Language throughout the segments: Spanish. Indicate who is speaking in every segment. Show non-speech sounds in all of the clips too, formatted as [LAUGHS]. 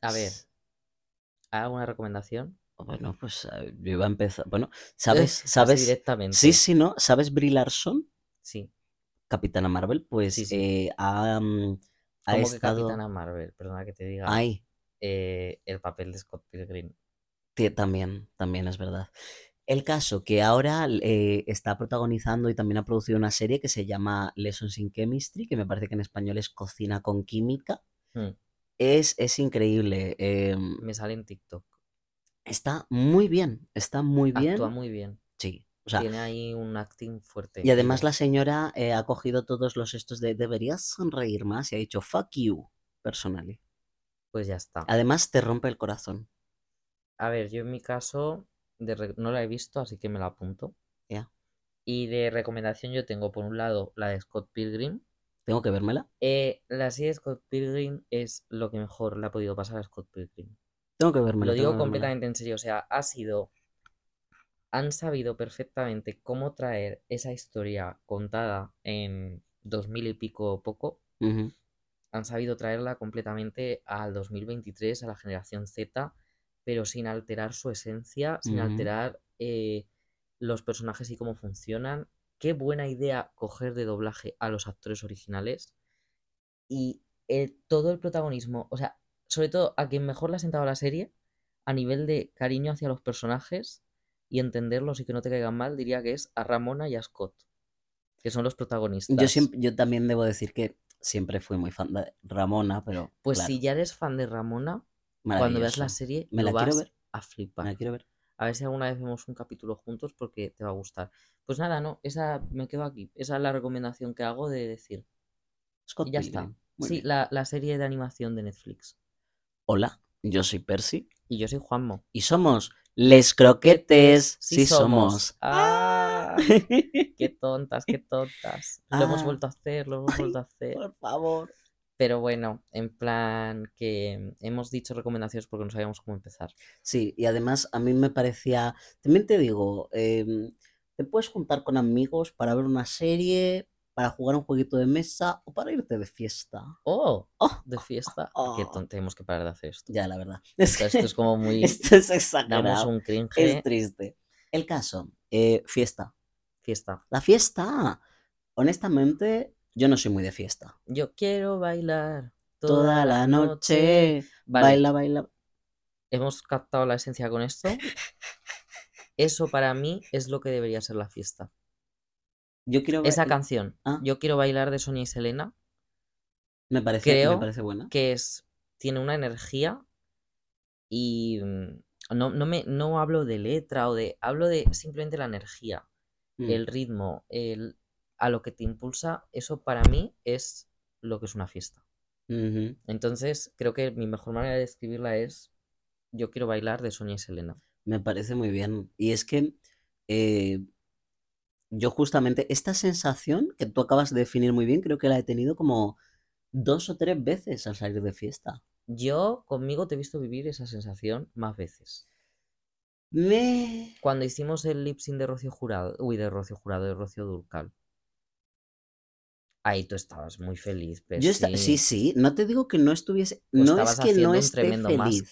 Speaker 1: A ver, ¿hay alguna recomendación? Eh,
Speaker 2: Bueno, pues a ver, yo iba a empezar. Bueno, ¿sabes?
Speaker 1: Así
Speaker 2: ¿Sabes?
Speaker 1: directamente.
Speaker 2: Sí, sí, ¿no? ¿Sabes Brie Larson?
Speaker 1: Sí.
Speaker 2: Capitana Marvel, pues
Speaker 1: Sí, sí.
Speaker 2: eh, ha, mm, ha
Speaker 1: Como que
Speaker 2: estado.
Speaker 1: Capitana Marvel, perdona que te diga.
Speaker 2: Ay,
Speaker 1: eh, el papel de Scott Pilgrim.
Speaker 2: te- también, también es verdad. El caso que ahora eh, está protagonizando y también ha producido una serie que se llama Lessons in Chemistry, que me parece que en español es Cocina con Química.
Speaker 1: Hmm.
Speaker 2: Es, es increíble. em,
Speaker 1: Me sale en TikTok.
Speaker 2: está muy bien, está muy bien.
Speaker 1: Actúa muy bien.
Speaker 2: Sí. O sea,
Speaker 1: Tiene ahí un acting fuerte.
Speaker 2: Y además la señora eh, ha cogido todos los estos de deberías sonreír más y ha dicho fuck you, personally.
Speaker 1: Pues ya está.
Speaker 2: Además te rompe el corazón.
Speaker 1: A ver, yo en mi caso de re- no la he visto, así que me la apunto.
Speaker 2: Ya.
Speaker 1: Y de recomendación yo tengo por un lado la de Scott Pilgrim.
Speaker 2: Tengo que vérmela.
Speaker 1: Eh, la serie de Scott Pilgrim es lo que mejor le ha podido pasar a Scott Pilgrim.
Speaker 2: Tengo que vérmela.
Speaker 1: lo
Speaker 2: tengo
Speaker 1: digo
Speaker 2: que vérmela.
Speaker 1: completamente en serio, o sea, ha sido... Han sabido perfectamente cómo traer esa historia contada en dos mil y pico poco
Speaker 2: Ujú.
Speaker 1: han sabido traerla completamente al 2023, a la generación Z, pero sin alterar su esencia, sin
Speaker 2: Ujú.
Speaker 1: alterar eh, los personajes y cómo funcionan. Qué buena idea coger de doblaje a los actores originales y eh, todo el protagonismo, o sea, sobre todo a quien mejor le ha sentado la serie, a nivel de cariño hacia los personajes y entenderlos y que no te caigan mal, diría que es a Ramona y a Scott, que son los protagonistas.
Speaker 2: Yo, siempre, yo también debo decir que siempre fui muy fan de Ramona, pero
Speaker 1: Pues
Speaker 2: claro,
Speaker 1: si ya eres fan de Ramona, cuando veas la
Speaker 2: maravilloso.
Speaker 1: serie
Speaker 2: Me
Speaker 1: lo
Speaker 2: la quiero
Speaker 1: vas
Speaker 2: ver.
Speaker 1: a
Speaker 2: Me
Speaker 1: flipar.
Speaker 2: la quiero ver.
Speaker 1: A ver si alguna vez vemos un capítulo juntos porque te va a gustar. Pues nada, no, esa me quedo aquí. Esa es la recomendación que hago de decir.
Speaker 2: Scott
Speaker 1: Y ya está.
Speaker 2: Pilgrim. Muy
Speaker 1: sí,
Speaker 2: bien.
Speaker 1: la, la serie de animación de Netflix.
Speaker 2: Hola, yo soy Percy
Speaker 1: Y yo soy Juanmo.
Speaker 2: y somos Les Croquetes.
Speaker 1: Sí
Speaker 2: Sí,
Speaker 1: somos.
Speaker 2: somos. [LAUGHS]
Speaker 1: Ah, qué tontas, qué tontas. Lo hemos
Speaker 2: Ah.
Speaker 1: vuelto a hacer, lo hemos vuelto a hacer.
Speaker 2: Por favor.
Speaker 1: Pero bueno, en plan que hemos dicho recomendaciones porque no sabíamos cómo empezar.
Speaker 2: Sí, y además a mí me parecía, también te digo, em, te puedes juntar con amigos para ver una serie, para jugar un jueguito de mesa o para irte de fiesta.
Speaker 1: ¡Oh!
Speaker 2: Oh,
Speaker 1: De fiesta. Que
Speaker 2: oh.
Speaker 1: ton- tenemos que parar de
Speaker 2: [LAUGHS]
Speaker 1: hacer esto.
Speaker 2: ya, la verdad. Es
Speaker 1: Esto, esto es como muy.
Speaker 2: esto es
Speaker 1: Damos
Speaker 2: exagerado,
Speaker 1: un cringe.
Speaker 2: es triste. El caso, eh, fiesta.
Speaker 1: Fiesta.
Speaker 2: La fiesta, honestamente, yo no soy muy de fiesta.
Speaker 1: Yo quiero bailar
Speaker 2: Toda, la noche,
Speaker 1: Vale.
Speaker 2: baila, baila.
Speaker 1: Hemos captado la esencia
Speaker 2: [LAUGHS]
Speaker 1: con esto. Eso para mí es lo que debería ser la fiesta.
Speaker 2: Yo quiero
Speaker 1: Esa
Speaker 2: bail-
Speaker 1: canción,
Speaker 2: Ah.
Speaker 1: Yo quiero bailar de Sonia y Selena,
Speaker 2: me parece, me
Speaker 1: creo
Speaker 2: parece buena.
Speaker 1: que es tiene una energía y mm, no, no me no hablo de letra o de hablo de simplemente la energía.
Speaker 2: Mm.
Speaker 1: el ritmo, el, a lo que te impulsa, eso para mí es lo que es una fiesta.
Speaker 2: Ujú.
Speaker 1: Entonces, creo que mi mejor manera de describirla es yo quiero bailar de Sonia y Selena.
Speaker 2: Me parece muy bien. Y es que eh, yo justamente esta sensación que tú acabas de definir muy bien, creo que la he tenido como dos o tres veces al salir de fiesta.
Speaker 1: Yo conmigo te he visto vivir esa sensación más veces.
Speaker 2: Me...
Speaker 1: Cuando hicimos el lip sync de Rocío Jurado, uy, de Rocío Jurado, de Rocío Durcal. Ahí tú estabas muy feliz, pues pero
Speaker 2: Yo esta- Sí, sí, no te digo que no estuviese... no es que no esté feliz.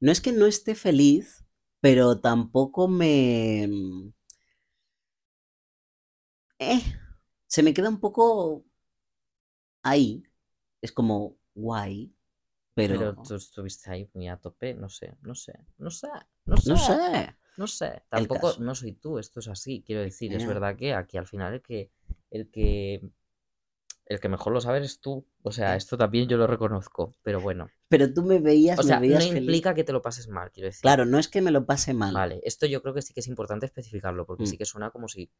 Speaker 2: No es que no esté feliz, pero tampoco me... mm, Eh, se me queda un poco ahí. Es como guay, pero...
Speaker 1: Pero... tú estuviste ahí muy a tope, no sé, no sé, no sé, no sé.
Speaker 2: No sé.
Speaker 1: No sé, tampoco
Speaker 2: caso.
Speaker 1: no soy tú, esto es así. Quiero decir, es
Speaker 2: Ya.
Speaker 1: verdad que aquí al final el que el que el que mejor lo sabe es tú. O sea,
Speaker 2: Ya.
Speaker 1: esto también yo lo reconozco, pero bueno.
Speaker 2: Pero tú me veías,
Speaker 1: O sea,
Speaker 2: me
Speaker 1: no
Speaker 2: veías feliz.
Speaker 1: implica que te lo pases mal, quiero decir.
Speaker 2: Claro, no es que me lo pase mal.
Speaker 1: Vale, esto yo creo que sí que es importante especificarlo, porque
Speaker 2: Mm.
Speaker 1: sí que suena como si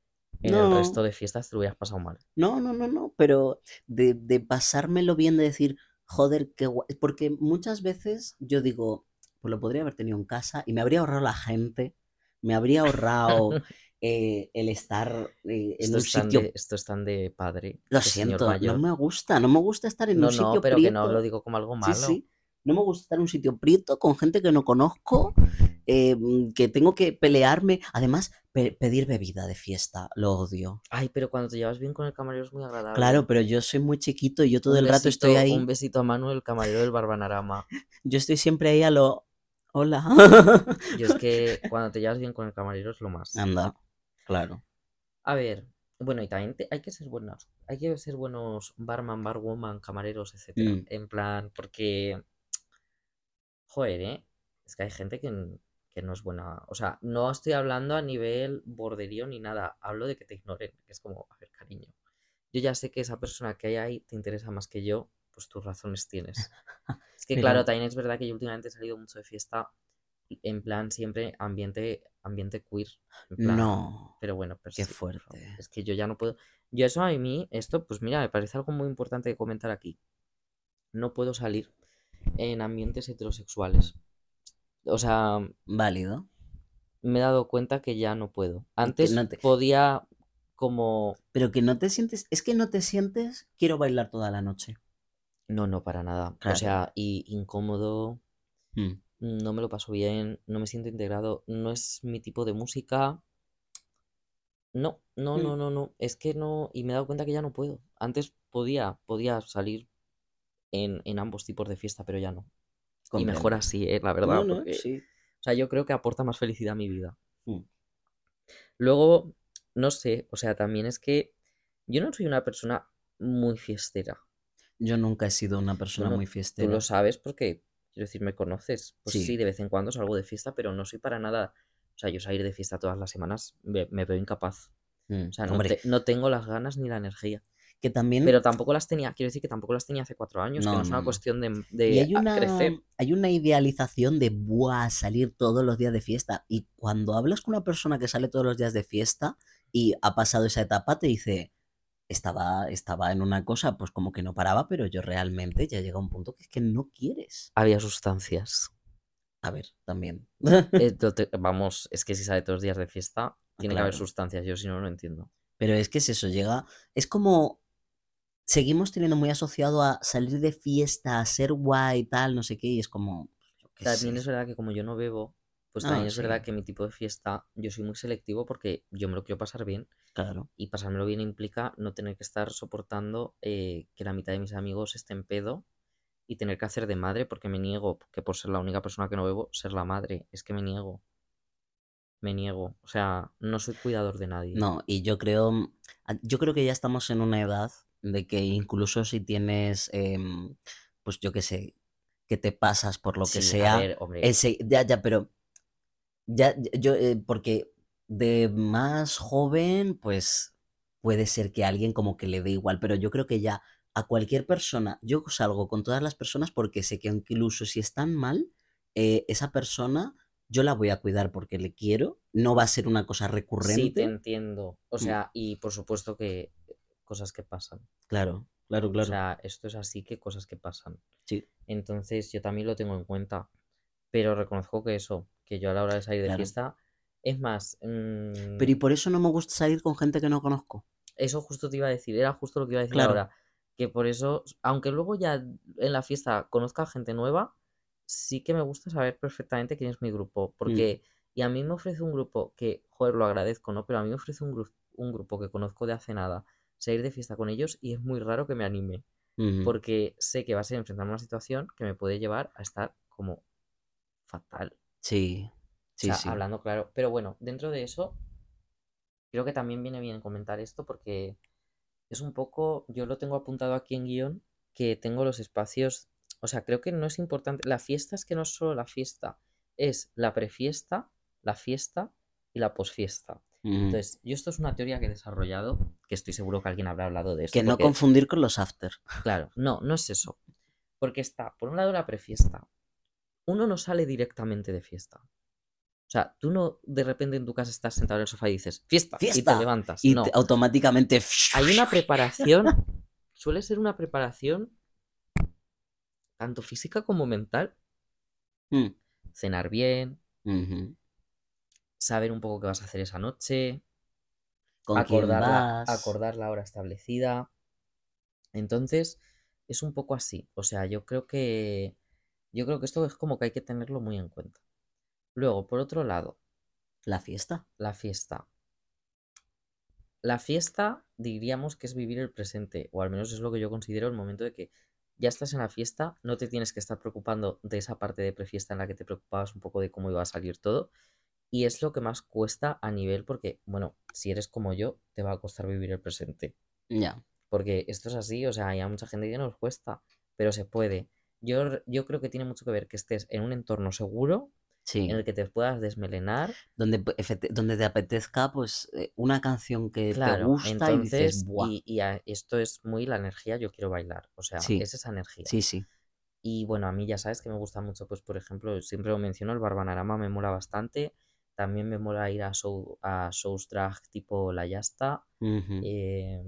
Speaker 1: en el
Speaker 2: No.
Speaker 1: resto de fiestas te lo hubieras pasado mal.
Speaker 2: No, no, no, no, pero de, de pasármelo bien, de decir, joder, qué guay. Porque muchas veces yo digo, pues lo podría haber tenido en casa y me habría ahorrado la gente, me habría ahorrado
Speaker 1: [LAUGHS]
Speaker 2: eh, el estar eh, en
Speaker 1: Esto
Speaker 2: un
Speaker 1: es, tan
Speaker 2: sitio.
Speaker 1: de, esto es tan de padre.
Speaker 2: Lo
Speaker 1: de señor
Speaker 2: siento, no
Speaker 1: mayor.
Speaker 2: me gusta, no me gusta estar en
Speaker 1: no,
Speaker 2: un sitio
Speaker 1: no, pero que no
Speaker 2: prieto.
Speaker 1: lo digo como algo malo.
Speaker 2: Sí, sí. No me gusta estar en un sitio prieto con gente que no conozco, eh, mm, que tengo que pelearme. Además, Pe- pedir bebida de fiesta, lo odio.
Speaker 1: Ay, pero cuando te llevas bien con el camarero es muy agradable.
Speaker 2: Claro, pero yo soy muy chiquito y yo todo
Speaker 1: Un
Speaker 2: el rato estoy
Speaker 1: besito-
Speaker 2: ahí.
Speaker 1: Un besito a Manuel, el camarero del Barbanarama.
Speaker 2: Yo estoy siempre ahí a lo.
Speaker 1: [LAUGHS]
Speaker 2: Hola. [LAUGHS]
Speaker 1: Yo es que cuando te llevas bien con el camarero es lo más.
Speaker 2: Anda. Claro.
Speaker 1: A ver, bueno, y también te- hay que ser buenos. Hay que ser buenos barman, barwoman, camareros, etcétera.
Speaker 2: Mm.
Speaker 1: En plan, porque. Joder, ¿eh? Es que hay gente que, n- que no es buena. O sea, no estoy hablando a nivel borderío ni nada. Hablo de que te ignoren. Que es como, a ver, cariño. Yo ya sé que esa persona que hay ahí te interesa más que yo, pues tus razones
Speaker 2: [LAUGHS]
Speaker 1: tienes. Es que,
Speaker 2: Pero-
Speaker 1: claro, también es verdad que yo últimamente he salido mucho de fiesta. En plan, siempre ambiente, ambiente queer. en plan,
Speaker 2: No.
Speaker 1: pero bueno, pero
Speaker 2: Qué
Speaker 1: sí, por favor.
Speaker 2: fuerte.
Speaker 1: Es que yo ya no puedo. Yo eso a mí, esto, pues mira, me parece algo muy importante de comentar aquí. No puedo salir en ambientes heterosexuales. O sea,
Speaker 2: Válido.
Speaker 1: me he dado cuenta que ya no puedo.
Speaker 2: que
Speaker 1: Antes
Speaker 2: no te-
Speaker 1: podía como...
Speaker 2: Pero que no te sientes. Es que no te sientes. Quiero bailar toda la noche.
Speaker 1: No, no, para nada.
Speaker 2: Claro.
Speaker 1: O sea, y incómodo,
Speaker 2: Mm.
Speaker 1: no me lo paso bien, no me siento integrado, no es mi tipo de música. No, no,
Speaker 2: Mm.
Speaker 1: no, no, no. Es que no. Y me he dado cuenta que ya no puedo. Antes podía, podía salir en, en ambos tipos de fiesta, pero ya no. Y
Speaker 2: Comprendo.
Speaker 1: mejor así, eh, la verdad.
Speaker 2: No, no,
Speaker 1: porque-
Speaker 2: sí.
Speaker 1: O sea, yo creo que aporta más felicidad a mi vida.
Speaker 2: Mm.
Speaker 1: Luego, no sé, o sea, también es que yo no soy una persona muy fiestera.
Speaker 2: Yo nunca he sido una persona
Speaker 1: no-
Speaker 2: muy
Speaker 1: Tú
Speaker 2: fiestera.
Speaker 1: lo sabes porque, quiero decir, me conoces. Pues sí.
Speaker 2: Sí.
Speaker 1: de vez en cuando salgo de fiesta, pero no soy para nada. O sea, yo salir de fiesta todas las semanas me, me veo incapaz.
Speaker 2: Mm,
Speaker 1: O sea, no,
Speaker 2: Hombre,
Speaker 1: te- no tengo las ganas ni la energía.
Speaker 2: que también.
Speaker 1: Pero tampoco las tenía, quiero decir que tampoco las tenía hace cuatro años, que
Speaker 2: No,
Speaker 1: no es
Speaker 2: no,
Speaker 1: una
Speaker 2: no.
Speaker 1: cuestión de, de
Speaker 2: y hay
Speaker 1: eh, a-
Speaker 2: una,
Speaker 1: crecer.
Speaker 2: hay una idealización de buah, salir todos los días de fiesta. Y cuando hablas con una persona que sale todos los días de fiesta y ha pasado esa etapa, te dice, estaba, estaba en una cosa, pues como que no paraba, pero yo realmente ya llega un punto que es que no quieres.
Speaker 1: Había sustancias.
Speaker 2: A ver, también.
Speaker 1: [LAUGHS] Eh, lo te- vamos, es que si sale todos los días de fiesta, tiene que haber
Speaker 2: Ah, claro.
Speaker 1: sustancias. Yo si no, no entiendo.
Speaker 2: Pero es que es eso, llega. Es como. Seguimos teniendo muy asociado a salir de fiesta, a ser guay y tal, no sé qué, y es como. yo qué sé.
Speaker 1: También es verdad que como yo no bebo, pues
Speaker 2: Ah,
Speaker 1: también es verdad
Speaker 2: sí.
Speaker 1: que mi tipo de fiesta, yo soy muy selectivo porque yo me lo quiero pasar bien.
Speaker 2: Claro.
Speaker 1: y pasármelo bien implica no tener que estar soportando eh, que la mitad de mis amigos estén pedo y tener que hacer de madre porque me niego, que por ser la única persona que no bebo, ser la madre, es que me niego. Me niego, o sea, no soy cuidador de nadie.
Speaker 2: No, y yo creo, mm, a- yo creo que ya estamos en una edad de que incluso si tienes, em, pues yo qué sé, que te pasas por lo
Speaker 1: Sí,
Speaker 2: que
Speaker 1: a
Speaker 2: sea,
Speaker 1: ver, eh, hombre,
Speaker 2: ese- ya, ya, pero ya, ya- yo, eh, porque de más joven, pues puede ser que a alguien como que le dé igual, pero yo creo que ya a cualquier persona, yo salgo con todas las personas porque sé que incluso si están mal, eh, esa persona yo la voy a cuidar porque le quiero, no va a ser una cosa recurrente.
Speaker 1: sí te entiendo. O
Speaker 2: Mm.
Speaker 1: sea, y por supuesto que cosas que pasan.
Speaker 2: Claro, claro,
Speaker 1: O
Speaker 2: claro.
Speaker 1: sea, esto es así que cosas que pasan.
Speaker 2: Sí.
Speaker 1: Entonces yo también lo tengo en cuenta. Pero reconozco que eso, que yo a la hora de salir de
Speaker 2: Claro.
Speaker 1: fiesta, es más,
Speaker 2: Pero y
Speaker 1: mm,
Speaker 2: por eso no me gusta salir con gente que no conozco.
Speaker 1: eso justo te iba a decir, era justo lo que iba a decir
Speaker 2: Claro.
Speaker 1: ahora. Que por eso, aunque luego ya en la fiesta conozca gente nueva, sí que me gusta saber perfectamente quién es mi
Speaker 2: Mm.
Speaker 1: grupo. Porque, y a mí me ofrece un grupo que, joder, lo agradezco, ¿no? Pero a mí me ofrece un, gru- un grupo que conozco de hace nada, salir de fiesta con ellos y es muy raro que me anime.
Speaker 2: Ujú.
Speaker 1: Porque sé que va a ser enfrentarme a una situación que me puede llevar a estar como fatal.
Speaker 2: Sí, sí,
Speaker 1: o sea,
Speaker 2: sí.
Speaker 1: hablando claro. Pero bueno, dentro de eso, creo que también viene bien comentar esto porque es un poco, yo lo tengo apuntado aquí en guión, que tengo los espacios, o sea, creo que no es importante, la fiesta es que no es solo la fiesta, es la prefiesta, la fiesta y la posfiesta.
Speaker 2: Ujú.
Speaker 1: Entonces, yo esto es una teoría que he desarrollado, que estoy seguro que alguien habrá hablado de esto.
Speaker 2: que no
Speaker 1: pues, porque-
Speaker 2: confundir con los after.
Speaker 1: Claro, no, no es eso. Porque está, por un lado, la prefiesta. Uno no sale directamente de fiesta. O sea, tú no de repente en tu casa estás sentado en el sofá y dices, fiesta, y te
Speaker 2: ¡Fiesta!
Speaker 1: levantas.
Speaker 2: Y
Speaker 1: no.
Speaker 2: te- automáticamente. [LAUGHS]
Speaker 1: Hay una preparación, suele ser una preparación tanto física como mental.
Speaker 2: Mm,
Speaker 1: Cenar bien,
Speaker 2: ujú.
Speaker 1: saber un poco qué vas a hacer esa noche,
Speaker 2: Con quién
Speaker 1: acordar,
Speaker 2: vas.
Speaker 1: La, acordar la hora establecida. Entonces, es un poco así. O sea, yo creo que. Yo creo que esto es como que hay que tenerlo muy en cuenta. Luego, por otro lado,
Speaker 2: La fiesta.
Speaker 1: La fiesta. La fiesta diríamos que es vivir el presente, o al menos es lo que yo considero el momento de que ya estás en la fiesta, no te tienes que estar preocupando de esa parte de prefiesta en la que te preocupabas un poco de cómo iba a salir todo. Y es lo que más cuesta a nivel, porque, bueno, si eres como yo, te va a costar vivir el presente.
Speaker 2: Ya.
Speaker 1: Porque esto es así, o sea, hay a mucha gente que nos cuesta, pero se puede. Yo, r- yo creo que tiene mucho que ver que estés en un entorno seguro,
Speaker 2: Sí.
Speaker 1: en el que te puedas desmelenar.
Speaker 2: Donde, pe- efecti- donde te apetezca, pues, eh, una canción que te
Speaker 1: Claro,
Speaker 2: gusta
Speaker 1: entonces,
Speaker 2: y dices, ¡buah!
Speaker 1: y, y a- esto es muy la energía, yo quiero bailar, o sea,
Speaker 2: Sí.
Speaker 1: es esa energía.
Speaker 2: Sí, sí.
Speaker 1: Y bueno, a mí ya sabes que me gusta mucho, pues por ejemplo, siempre lo menciono, el Barbanarama me mola bastante. También me mola ir a, show, a shows drag tipo La Yasta.
Speaker 2: Ujú.
Speaker 1: eh,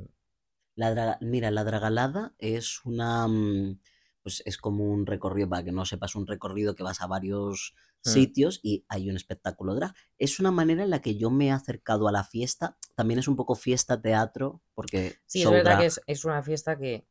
Speaker 2: La draga- mira, la dragalada es una, mm, pues es como un recorrido, para que no sepas, un recorrido que vas a varios
Speaker 1: Mm.
Speaker 2: sitios y hay un espectáculo drag. Es una manera en la que yo me he acercado a la fiesta. También es un poco fiesta teatro, porque
Speaker 1: sí, es
Speaker 2: show
Speaker 1: verdad que
Speaker 2: drag.
Speaker 1: es, es una fiesta que,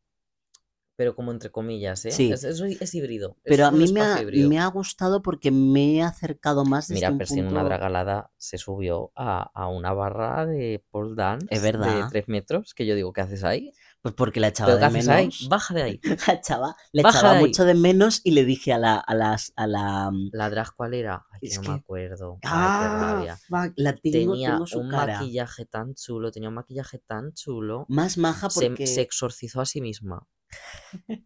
Speaker 1: pero como entre comillas, ¿eh?
Speaker 2: Sí.
Speaker 1: Es, es- es híbrido, es
Speaker 2: Pero a
Speaker 1: un
Speaker 2: mí me
Speaker 1: espacio
Speaker 2: ha,
Speaker 1: híbrido.
Speaker 2: me ha gustado porque me he acercado más desde
Speaker 1: Mira,
Speaker 2: un
Speaker 1: pero si en una
Speaker 2: punto.
Speaker 1: dragalada se subió a, a una barra de pole dance de
Speaker 2: verdad.
Speaker 1: tres metros, que yo digo, ¿qué haces ahí?
Speaker 2: Pues porque la echaba
Speaker 1: ¿Pero qué
Speaker 2: de
Speaker 1: haces ahí?
Speaker 2: menos.
Speaker 1: Baja de
Speaker 2: [LAUGHS]
Speaker 1: ahí.
Speaker 2: La echaba, la
Speaker 1: Baja
Speaker 2: echaba
Speaker 1: de ahí.
Speaker 2: mucho de menos y le dije a la, a las, a la. mm,
Speaker 1: ¿La drag cuál era? Ay, que
Speaker 2: Es
Speaker 1: no me
Speaker 2: que.
Speaker 1: acuerdo. Ay, qué
Speaker 2: ¡Ah!
Speaker 1: rabia.
Speaker 2: fuck, La tengo,
Speaker 1: Tenía
Speaker 2: tengo su
Speaker 1: un
Speaker 2: cara.
Speaker 1: maquillaje tan chulo, tenía un maquillaje tan chulo.
Speaker 2: Más maja
Speaker 1: Se, se
Speaker 2: porque.
Speaker 1: exorcizó a sí misma.
Speaker 2: [LAUGHS]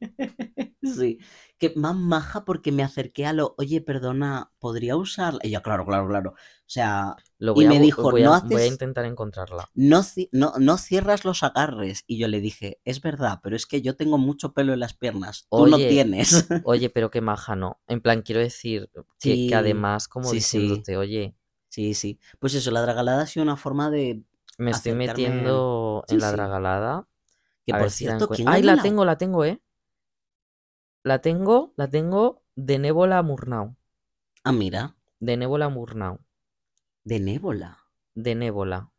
Speaker 2: sí. Que más maja porque me acerqué a lo. Oye, perdona, ¿podría usarla? Y yo, claro, claro, claro. O sea.
Speaker 1: Lo
Speaker 2: Y
Speaker 1: voy a,
Speaker 2: me
Speaker 1: bu-
Speaker 2: dijo,
Speaker 1: voy a,
Speaker 2: no
Speaker 1: voy a
Speaker 2: haces. [LAUGHS]
Speaker 1: intentar encontrarla.
Speaker 2: No, ci- no, no cierras los agarres. Y yo le dije, es verdad, pero es que yo tengo mucho pelo en las piernas. Tú no
Speaker 1: Oye,
Speaker 2: tienes. [LAUGHS]
Speaker 1: Oye, pero qué maja, ¿no? En plan, quiero decir que, que
Speaker 2: Sí,
Speaker 1: además, como
Speaker 2: sí, sí.
Speaker 1: diciéndote, oye,
Speaker 2: Sí, sí. Pues eso, la dragalada ha sido una forma de
Speaker 1: me estoy
Speaker 2: acercarme.
Speaker 1: metiendo en
Speaker 2: Sí,
Speaker 1: la
Speaker 2: sí.
Speaker 1: dragalada.
Speaker 2: Que
Speaker 1: A
Speaker 2: por
Speaker 1: ver si la
Speaker 2: cierto,
Speaker 1: encuentro.
Speaker 2: ¿quién
Speaker 1: ¡Ay,
Speaker 2: ganó
Speaker 1: la
Speaker 2: la.?
Speaker 1: tengo, la tengo, eh! La tengo, la tengo de Nébola Murnau.
Speaker 2: Ah, mira,
Speaker 1: De Nébola Murnau.
Speaker 2: de Nébola.
Speaker 1: De Nébola.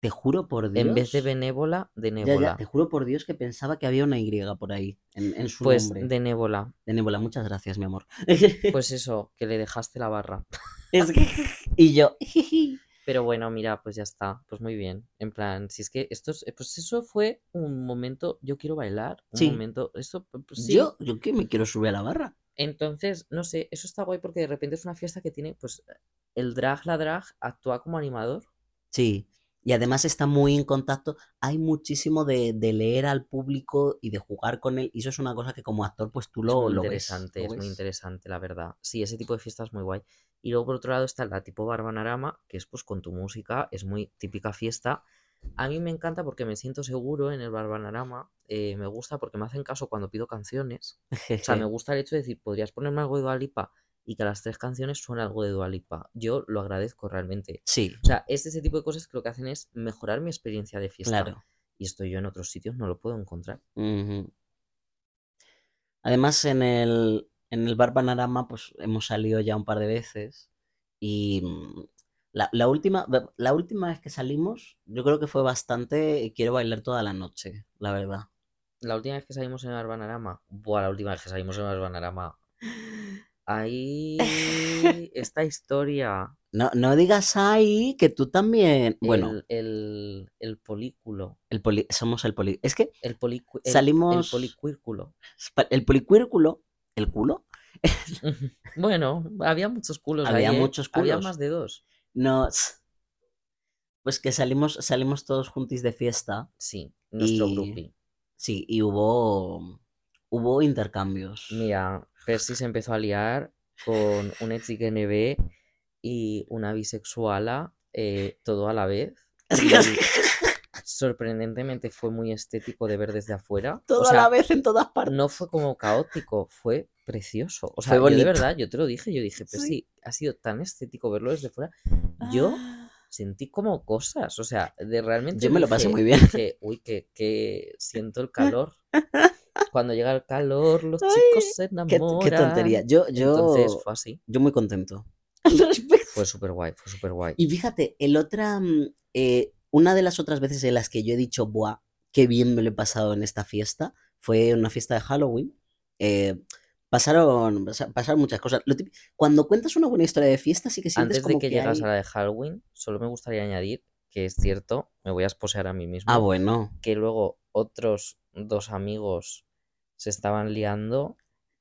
Speaker 2: Te juro por
Speaker 1: En vez de
Speaker 2: Dios.
Speaker 1: benévola, de
Speaker 2: Ya, ya, te
Speaker 1: nébola.
Speaker 2: juro por Dios que pensaba que había una Y por ahí, en, en su
Speaker 1: Pues
Speaker 2: nombre. [LAUGHS]
Speaker 1: de nébola.
Speaker 2: De Nébola, muchas gracias, mi amor. [LAUGHS] Es
Speaker 1: Pues eso, que le dejaste la barra.
Speaker 2: que- Y yo.
Speaker 1: [LAUGHS] Pues Pero bueno, mira, pues ya está. Pues muy bien. En plan, si es que esto es, pues eso fue un momento, yo quiero bailar, un
Speaker 2: Sí,
Speaker 1: momento, esto, pues pues sí.
Speaker 2: yo, yo que me quiero subir a la barra.
Speaker 1: Entonces, no sé, eso está guay porque de repente es una fiesta que tiene, pues, el drag, la drag, actúa como animador.
Speaker 2: Sí. Y además está muy en contacto. Hay muchísimo de, de leer al público y de jugar con él. Y eso es una cosa que como actor, pues tú
Speaker 1: Es
Speaker 2: lo,
Speaker 1: muy
Speaker 2: lo ves.
Speaker 1: interesante,
Speaker 2: Lo
Speaker 1: es muy
Speaker 2: ves.
Speaker 1: interesante, la verdad. Sí, ese tipo de fiesta es muy guay. Y luego por otro lado está la tipo Barbanarama, que es pues con tu música, es muy típica fiesta. A mí me encanta porque me siento seguro en el Barbanarama, eh, me gusta porque me hacen caso cuando pido canciones.
Speaker 2: [LAUGHS]
Speaker 1: O sea, me
Speaker 2: Jeje.
Speaker 1: gusta el hecho de decir, podrías ponerme algo de Dua Lipa y que a las tres canciones suene algo de Dua Lipa. Yo lo agradezco realmente.
Speaker 2: Sí,
Speaker 1: O sea, es ese tipo de cosas que lo que hacen es mejorar mi experiencia de fiesta.
Speaker 2: claro.
Speaker 1: Y esto yo en otros sitios no lo puedo encontrar.
Speaker 2: Ujú. Además, en el, en el Bar Panorama, pues hemos salido ya un par de veces. Y mm, la, la última, la la última vez que salimos, yo creo que fue bastante. eh, Quiero bailar toda la noche, la verdad.
Speaker 1: La última vez que salimos en el Barbanarama, buah, la última vez que salimos en el Barbanarama,
Speaker 2: [LAUGHS]
Speaker 1: ahí esta historia,
Speaker 2: No, no digas ahí que tú también. Bueno,
Speaker 1: el, el, el polículo,
Speaker 2: el poli- somos el poli. Es que
Speaker 1: el, policu- el, el
Speaker 2: salimos.
Speaker 1: policuírculo.
Speaker 2: pa- El policuírculo. ¿El culo?
Speaker 1: Bueno, había muchos culos ahí,
Speaker 2: Había
Speaker 1: ¿eh?
Speaker 2: muchos
Speaker 1: Había
Speaker 2: culos.
Speaker 1: más de dos.
Speaker 2: Nos. Pues que salimos, salimos todos juntos de fiesta.
Speaker 1: Sí, nuestro
Speaker 2: Y.
Speaker 1: grupi.
Speaker 2: Sí, y hubo. Hubo intercambios.
Speaker 1: Mira, Percy se empezó a liar con una ex IGNB y una bisexuala, eh, todo a
Speaker 2: [LAUGHS]
Speaker 1: la vez. Y sorprendentemente fue muy estético de ver desde afuera. O
Speaker 2: Todo a la
Speaker 1: sea,
Speaker 2: vez en todas
Speaker 1: no
Speaker 2: partes.
Speaker 1: fue como caótico, fue precioso. O
Speaker 2: Fue
Speaker 1: sea, yo de
Speaker 2: bonito.
Speaker 1: verdad, yo te lo dije, yo dije, pero
Speaker 2: Sí.
Speaker 1: sí, ha sido tan estético verlo desde fuera. Yo
Speaker 2: Ah.
Speaker 1: sentí como cosas, o sea, de realmente
Speaker 2: Yo me lo pasé
Speaker 1: dije,
Speaker 2: muy bien.
Speaker 1: dije, uy, que, que siento el
Speaker 2: [LAUGHS]
Speaker 1: calor. Cuando llega el calor, los chicos
Speaker 2: Ay,
Speaker 1: se
Speaker 2: qué, qué tontería.
Speaker 1: enamoran.
Speaker 2: Yo,
Speaker 1: Entonces
Speaker 2: yo,
Speaker 1: fue así.
Speaker 2: yo muy
Speaker 1: [LAUGHS]
Speaker 2: contento [LAUGHS] al respecto.
Speaker 1: Fue súper guay, fue súper guay.
Speaker 2: Y fíjate, el otra, mm, eh, una de las otras veces en las que yo he dicho, buah, qué bien me lo he pasado en esta fiesta, fue en una fiesta de Halloween. eh, Pasaron, pasa- pasaron muchas cosas. Lo típico- cuando cuentas una buena historia de fiesta, sí que sientes
Speaker 1: Antes de
Speaker 2: como
Speaker 1: que,
Speaker 2: que
Speaker 1: llegas
Speaker 2: hay- Ah,
Speaker 1: a la de Halloween, solo me gustaría añadir que es cierto, me voy a esposear a mí mismo,
Speaker 2: Ah, bueno.
Speaker 1: que luego otros dos amigos se estaban liando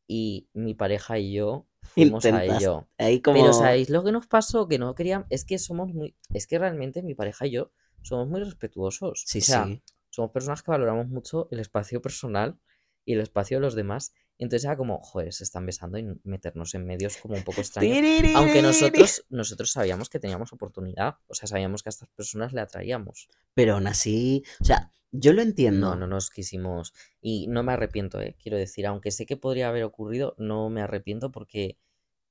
Speaker 1: y mi pareja y yo fuimos a
Speaker 2: Intentas-
Speaker 1: ello.
Speaker 2: Ahí como...
Speaker 1: Pero ¿sabéis lo que nos pasó? Que no queríamos, es que somos muy, es que realmente mi pareja y yo somos muy respetuosos.
Speaker 2: Sí,
Speaker 1: o sea,
Speaker 2: sí.
Speaker 1: somos personas que valoramos mucho el espacio personal y el espacio de los demás. Entonces era como, joder, se están besando y meternos en medios como un poco extraño. Aunque nosotros, nosotros sabíamos que teníamos oportunidad, o sea, sabíamos que a estas personas le atraíamos.
Speaker 2: Pero aún así, o sea, yo lo entiendo.
Speaker 1: No, no nos quisimos. Y no me arrepiento, ¿eh? quiero decir, aunque sé que podría haber ocurrido, no me arrepiento porque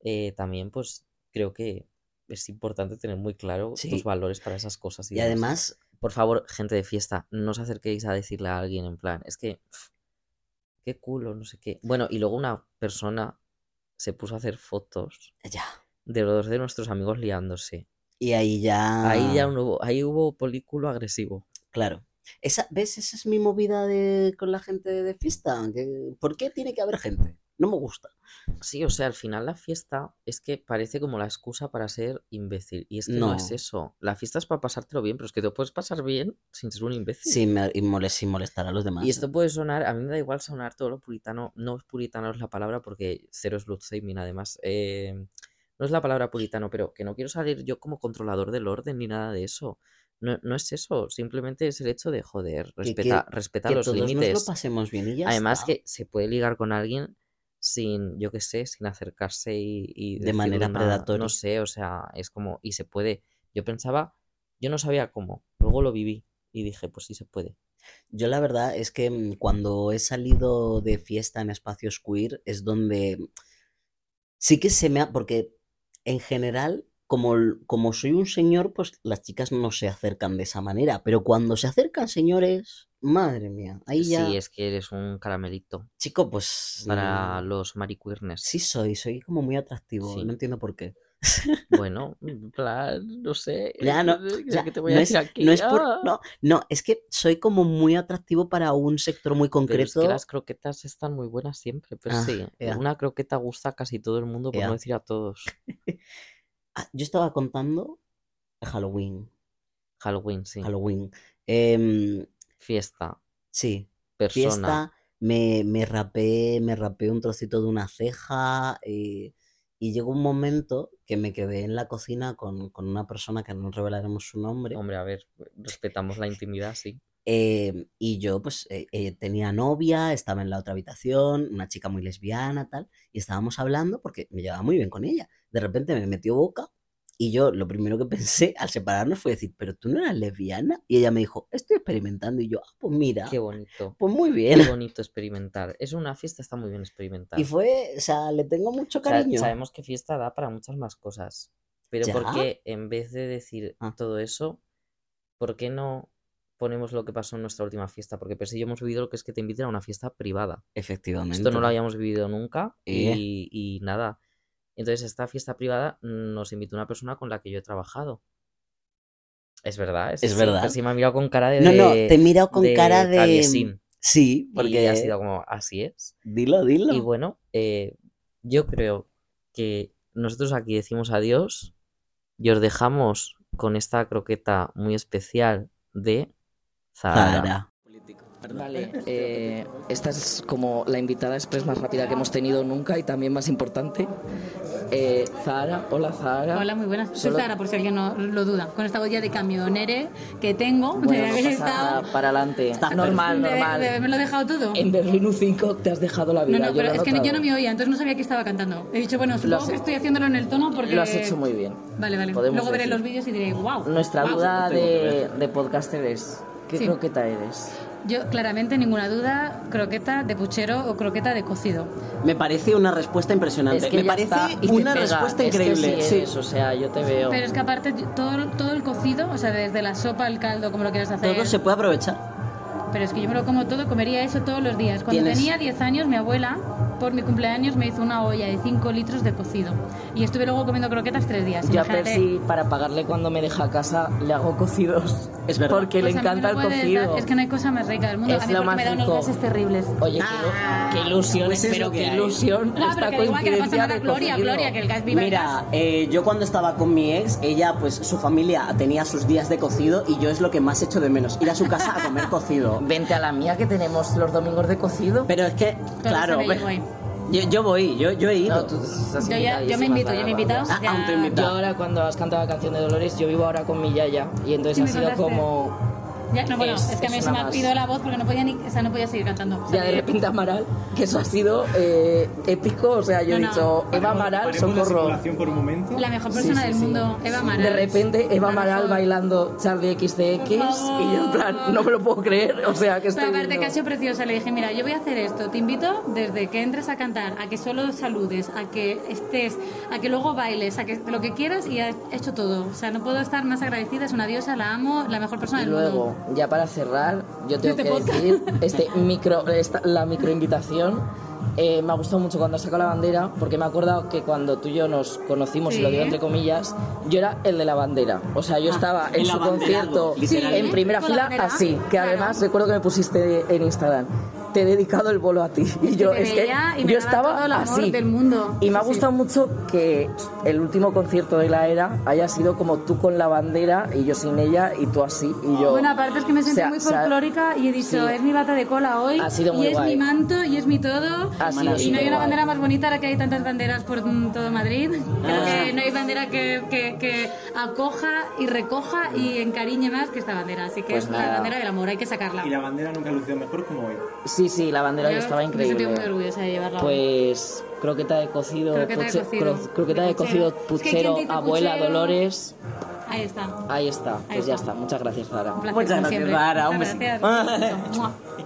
Speaker 1: eh, también, pues, creo que es importante tener muy claro
Speaker 2: Sí.
Speaker 1: tus valores para esas cosas.
Speaker 2: Y
Speaker 1: demás.
Speaker 2: además,
Speaker 1: por favor, gente de fiesta, no os acerquéis a decirle a alguien en plan, es que, pf, qué culo, no sé qué. Bueno, y luego una persona se puso a hacer fotos
Speaker 2: ya.
Speaker 1: de los de nuestros amigos liándose.
Speaker 2: Y ahí ya...
Speaker 1: Ahí ya no hubo, ahí hubo polículo agresivo.
Speaker 2: Claro. Esa, ¿Ves? Esa es mi movida de, con la gente de fiesta. que- ¿Por qué tiene que haber gente? No me gusta.
Speaker 1: Sí, o sea, al final la fiesta es que parece como la excusa para ser imbécil. Y es que no, es
Speaker 2: No.
Speaker 1: eso. La fiesta es para pasártelo bien, pero es que te puedes pasar bien sin ser un imbécil.
Speaker 2: Sin, me- y moles- sin molestar a los demás.
Speaker 1: Y esto puede sonar, a mí me da igual sonar todo lo puritano, no es puritano es la palabra porque cero es blood shaming además, eh, no es la palabra puritano, pero que no quiero salir yo como controlador del orden ni nada de eso. No, no es eso, simplemente es el hecho de joder, respeta, respeta
Speaker 2: que
Speaker 1: los
Speaker 2: todos nos lo
Speaker 1: límites.
Speaker 2: pasemos bien y ya
Speaker 1: Además
Speaker 2: está.
Speaker 1: que se puede ligar con alguien sin, yo qué sé, sin acercarse y, y
Speaker 2: De
Speaker 1: decirle
Speaker 2: manera
Speaker 1: nada,
Speaker 2: predatoria.
Speaker 1: No sé, o sea, es como, y se puede. Yo pensaba, yo no sabía cómo, luego lo viví y dije, pues sí se puede.
Speaker 2: Yo la verdad es que mm, cuando he salido de fiesta en espacios queer es donde mm, sí que se me ha... Porque en general, como, l- como soy un señor, pues las chicas no se acercan de esa manera. Pero cuando se acercan señores, madre mía, ahí ya...
Speaker 1: Sí, es que eres un caramelito
Speaker 2: Chico, pues...
Speaker 1: para
Speaker 2: mm,
Speaker 1: los maricuirnes.
Speaker 2: Sí soy, soy como muy atractivo,
Speaker 1: Sí.
Speaker 2: no entiendo por qué.
Speaker 1: Bueno, en plan, no sé.
Speaker 2: Ya, no,
Speaker 1: eh,
Speaker 2: o sea,
Speaker 1: ¿qué te voy a
Speaker 2: no es,
Speaker 1: decir aquí?
Speaker 2: no es por-
Speaker 1: Ah.
Speaker 2: no, no, es que soy como muy atractivo para un sector muy
Speaker 1: Pero es
Speaker 2: concreto.
Speaker 1: que las croquetas están muy buenas siempre, pero
Speaker 2: Ah,
Speaker 1: sí,
Speaker 2: ya.
Speaker 1: una croqueta gusta a casi todo el mundo, por
Speaker 2: Ya.
Speaker 1: no decir a todos.
Speaker 2: Ah, yo estaba contando Halloween,
Speaker 1: Halloween, sí.
Speaker 2: Halloween. Em,
Speaker 1: Fiesta,
Speaker 2: sí,
Speaker 1: persona.
Speaker 2: fiesta, me, me rapé, me rapé un trocito de una ceja eh, y llegó un momento que me quedé en la cocina con, con una persona que no revelaremos su nombre.
Speaker 1: Hombre, a ver, respetamos la
Speaker 2: [LAUGHS]
Speaker 1: intimidad, sí.
Speaker 2: Eh, y yo, pues, eh, eh, tenía novia, estaba en la otra habitación, una chica muy lesbiana, tal, y estábamos hablando porque me llevaba muy bien con ella. De repente me metió boca y yo lo primero que [LAUGHS] pensé al separarnos fue decir, pero tú no eras lesbiana. Y ella me dijo, estoy experimentando. Y yo, ah, pues mira,
Speaker 1: Qué bonito.
Speaker 2: pues muy
Speaker 1: Qué
Speaker 2: bien.
Speaker 1: bonito experimentar. Es una fiesta, está muy bien experimentar.
Speaker 2: Y fue, o sea, le tengo mucho
Speaker 1: O sea,
Speaker 2: cariño.
Speaker 1: sabemos que fiesta da para muchas más cosas. Pero
Speaker 2: ¿Ya?
Speaker 1: porque en vez de decir
Speaker 2: Ah.
Speaker 1: todo eso, ¿por qué no ponemos lo que pasó en nuestra última fiesta? Porque Percy y yo hemos vivido lo que es que te inviten a una fiesta privada.
Speaker 2: Efectivamente.
Speaker 1: Esto no lo habíamos vivido nunca
Speaker 2: Eh.
Speaker 1: y, y nada. Entonces, esta fiesta privada mm, nos invitó una persona con la que yo he trabajado. Es verdad,
Speaker 2: Es
Speaker 1: así.
Speaker 2: verdad.
Speaker 1: Percy me ha mirado con cara de.
Speaker 2: No, no, te he mirado con
Speaker 1: de
Speaker 2: cara de... mm,
Speaker 1: traviesín.
Speaker 2: Sí,
Speaker 1: Porque
Speaker 2: porque...
Speaker 1: ha sido como, así es.
Speaker 2: Dilo, dilo.
Speaker 1: Y bueno, eh, yo creo que nosotros aquí decimos adiós y os dejamos con esta croqueta muy especial de Zahara.
Speaker 2: Zara.
Speaker 3: [LAUGHS] Vale, eh, esta es como la invitada express más rápida que hemos tenido nunca y también más importante. Eh, Zahara, hola Zahara.
Speaker 4: Hola, muy buenas. Soy
Speaker 3: Solo-
Speaker 4: Sara, por si alguien no lo duda. Con esta olla de camionere que tengo, de
Speaker 3: Bueno, pues no
Speaker 4: haber
Speaker 3: pasa nada,
Speaker 4: estado.
Speaker 3: para adelante.
Speaker 2: Está
Speaker 3: normal,
Speaker 4: de-
Speaker 3: normal.
Speaker 4: de haberme lo dejado todo.
Speaker 3: En Berlín U5 te has dejado la
Speaker 4: No,
Speaker 3: vida.
Speaker 4: no,
Speaker 3: yo
Speaker 4: pero
Speaker 3: lo he
Speaker 4: es que
Speaker 3: notado.
Speaker 4: yo no me oía, entonces no sabía que estaba cantando. He dicho, bueno,
Speaker 3: has-
Speaker 4: supongo que estoy haciéndolo en el tono porque.
Speaker 3: Lo has hecho muy bien.
Speaker 4: Vale, vale.
Speaker 3: Podemos
Speaker 4: Luego veré
Speaker 3: decir.
Speaker 4: los vídeos y diré, wow.
Speaker 3: Nuestra
Speaker 4: wow".
Speaker 3: duda de, de podcaster es, ¿qué
Speaker 4: Sí.
Speaker 3: croqueta eres?
Speaker 4: Yo, claramente, ninguna duda, croqueta de puchero o croqueta de cocido.
Speaker 2: Me parece una respuesta impresionante.
Speaker 3: Es que
Speaker 2: Me
Speaker 3: ya
Speaker 2: parece
Speaker 3: está, y te
Speaker 2: una
Speaker 3: pega.
Speaker 2: respuesta
Speaker 3: Es que
Speaker 2: increíble.
Speaker 3: sí
Speaker 2: sí.
Speaker 3: eres, o sea, yo te veo.
Speaker 4: Pero es que aparte, yo- todo, todo el cocido, o sea, desde la sopa, el caldo, como lo quieras hacer.
Speaker 2: Todo se puede aprovechar.
Speaker 4: Pero es que yo me lo como todo, comería eso todos los días. Cuando
Speaker 2: Tienes-
Speaker 4: tenía 10 años, mi abuela por mi cumpleaños me hizo una olla de 5 litros de cocido. Y estuve luego comiendo croquetas tres días.
Speaker 3: Yo a
Speaker 4: Imagínate.
Speaker 3: Percy, para pagarle cuando me deja a casa, le hago cocidos.
Speaker 2: Es verdad.
Speaker 3: Porque
Speaker 4: Pues
Speaker 3: le
Speaker 4: a mí
Speaker 3: encanta
Speaker 4: no
Speaker 3: el
Speaker 4: puedes
Speaker 3: cocido.
Speaker 4: dar- Es que no hay cosa más rica del mundo.
Speaker 3: Es
Speaker 4: a mí
Speaker 3: lo
Speaker 4: porque
Speaker 3: más
Speaker 4: me da unos
Speaker 3: rico.
Speaker 4: gases terribles.
Speaker 3: Oye, qué,
Speaker 2: Ah,
Speaker 3: qué ilusión,
Speaker 2: pues es
Speaker 3: pero
Speaker 2: lo que
Speaker 3: qué
Speaker 2: hay.
Speaker 3: ilusión.
Speaker 4: No,
Speaker 3: esta
Speaker 4: pero que da igual, que no pasa
Speaker 3: coincidencia
Speaker 4: nada.
Speaker 3: de
Speaker 4: Gloria,
Speaker 3: cocido.
Speaker 4: Gloria, que el gas viva el gas.
Speaker 2: Mira, eh, yo cuando estaba con mi ex, ella, pues su familia tenía sus días de cocido y yo es lo que más echo de menos, ir a su casa a comer cocido.
Speaker 3: Vente a la mía que tenemos los domingos de cocido.
Speaker 2: [LAUGHS] Pero es que, claro,
Speaker 4: sabe, yo
Speaker 2: pues,
Speaker 4: voy.
Speaker 2: yo, yo voy, yo, yo he ido.
Speaker 3: No, tú estás
Speaker 4: Yo ya- yo
Speaker 3: invitadísima,
Speaker 4: me invito, yo
Speaker 3: Sara,
Speaker 4: me he invitado.
Speaker 3: vaya.
Speaker 2: Ah, aún te
Speaker 4: ya,
Speaker 2: invito.
Speaker 3: Yo ahora cuando has cantado la canción de Dolores, yo vivo ahora con mi yaya y entonces
Speaker 4: Sí,
Speaker 3: ha
Speaker 4: me
Speaker 3: sido
Speaker 4: contaste.
Speaker 3: como
Speaker 4: ya- no, bueno,
Speaker 3: Es-
Speaker 4: es, que a mí
Speaker 3: es
Speaker 4: se me
Speaker 3: una
Speaker 4: ha
Speaker 3: más.
Speaker 4: ido la voz porque no podía ni, o sea, no podía seguir cantando. O sea,
Speaker 3: ya de repente Amaral, que eso ha sido eh, épico, o sea, yo
Speaker 4: No,
Speaker 3: he
Speaker 4: no.
Speaker 3: dicho Eva
Speaker 5: Paremos-
Speaker 3: Amaral,
Speaker 5: paremos la
Speaker 3: socorro.
Speaker 5: simulación por un momento.
Speaker 4: La mejor persona
Speaker 3: Sí, sí,
Speaker 4: del
Speaker 3: sí.
Speaker 4: mundo, Eva Amaral.
Speaker 3: De repente Eva Amaral
Speaker 4: Corazón.
Speaker 3: bailando Charlie XCX y
Speaker 4: Por favor.
Speaker 3: yo en plan, no me lo puedo creer, o sea, que estoy
Speaker 4: Pero aparte
Speaker 3: viendo.
Speaker 4: que ha sido preciosa, le dije, mira, yo voy a hacer esto, te invito desde que entres a cantar, a que solo saludes, a que estés, a que luego bailes, a que lo que quieras y ha hecho todo. O sea, no puedo estar más agradecida, es una diosa, la amo, la mejor persona
Speaker 3: Y
Speaker 4: del
Speaker 3: luego,
Speaker 4: mundo.
Speaker 3: ya para cerrar, yo tengo
Speaker 4: Este
Speaker 3: que
Speaker 4: podcast.
Speaker 3: decir este micro, esta- la microinvitación. eh, me ha gustado mucho cuando sacó la bandera, porque me he acordado que cuando tú y yo nos conocimos, y lo
Speaker 4: Sí.
Speaker 3: digo entre comillas, yo era el de la bandera. O sea, yo
Speaker 2: Ah,
Speaker 3: estaba
Speaker 2: el
Speaker 3: en su
Speaker 2: abanderado,
Speaker 3: concierto
Speaker 2: literalmente.
Speaker 3: en primera
Speaker 4: Con la
Speaker 3: fila,
Speaker 4: bandera,
Speaker 3: así. Que
Speaker 4: claro.
Speaker 3: además recuerdo que me pusiste en Instagram. Te he dedicado el bolo a ti. Y yo,
Speaker 4: Te
Speaker 3: es que
Speaker 4: veía y me
Speaker 3: yo
Speaker 4: daba
Speaker 3: estaba
Speaker 4: todo el amor
Speaker 3: así.
Speaker 4: del mundo.
Speaker 3: Y me ha
Speaker 4: Sí, sí.
Speaker 3: gustado mucho que el último concierto de la era haya sido como tú con la bandera y yo sin ella y tú así y yo.
Speaker 4: Bueno, aparte es que me siento
Speaker 3: O sea,
Speaker 4: muy
Speaker 3: o sea,
Speaker 4: folclórica y he dicho,
Speaker 3: sí.
Speaker 4: es mi bata de cola hoy,
Speaker 3: Ha sido muy
Speaker 4: y es
Speaker 3: guay.
Speaker 4: mi manto, y es mi todo.
Speaker 3: Ha sido
Speaker 4: y no hay una
Speaker 3: superguay.
Speaker 4: bandera más bonita ahora que hay tantas banderas por mm, todo Madrid. Creo
Speaker 2: Ah.
Speaker 4: que no hay bandera que, que- que acoja y recoja y encariñe más que esta bandera. Así que
Speaker 3: Pues
Speaker 4: es
Speaker 3: nada.
Speaker 4: la bandera del amor, hay que sacarla.
Speaker 5: Y la bandera nunca lució mejor como hoy.
Speaker 3: Sí, sí, la bandera hoy
Speaker 4: Yo
Speaker 3: estaba
Speaker 4: Me
Speaker 3: increíble.
Speaker 4: sentí muy orgullosa de llevarla. hoy.
Speaker 3: Pues croqueta de cocido,
Speaker 4: Croqueta de
Speaker 3: puche-
Speaker 4: cocido,
Speaker 3: cro- croqueta de
Speaker 4: puchero.
Speaker 3: cocido,
Speaker 4: Es que hay
Speaker 3: puchero,
Speaker 4: quien dice
Speaker 3: abuela,
Speaker 4: puchero.
Speaker 3: Dolores.
Speaker 4: Ahí está.
Speaker 3: Ahí está, pues ya
Speaker 4: está.
Speaker 3: está. Muchas gracias, Sara.
Speaker 4: Un placer,
Speaker 2: Muchas
Speaker 4: como
Speaker 2: gracias,
Speaker 4: siempre.
Speaker 2: Sara, un
Speaker 3: [LAUGHS]
Speaker 4: Muchas
Speaker 2: besito.
Speaker 4: gracias. Mua.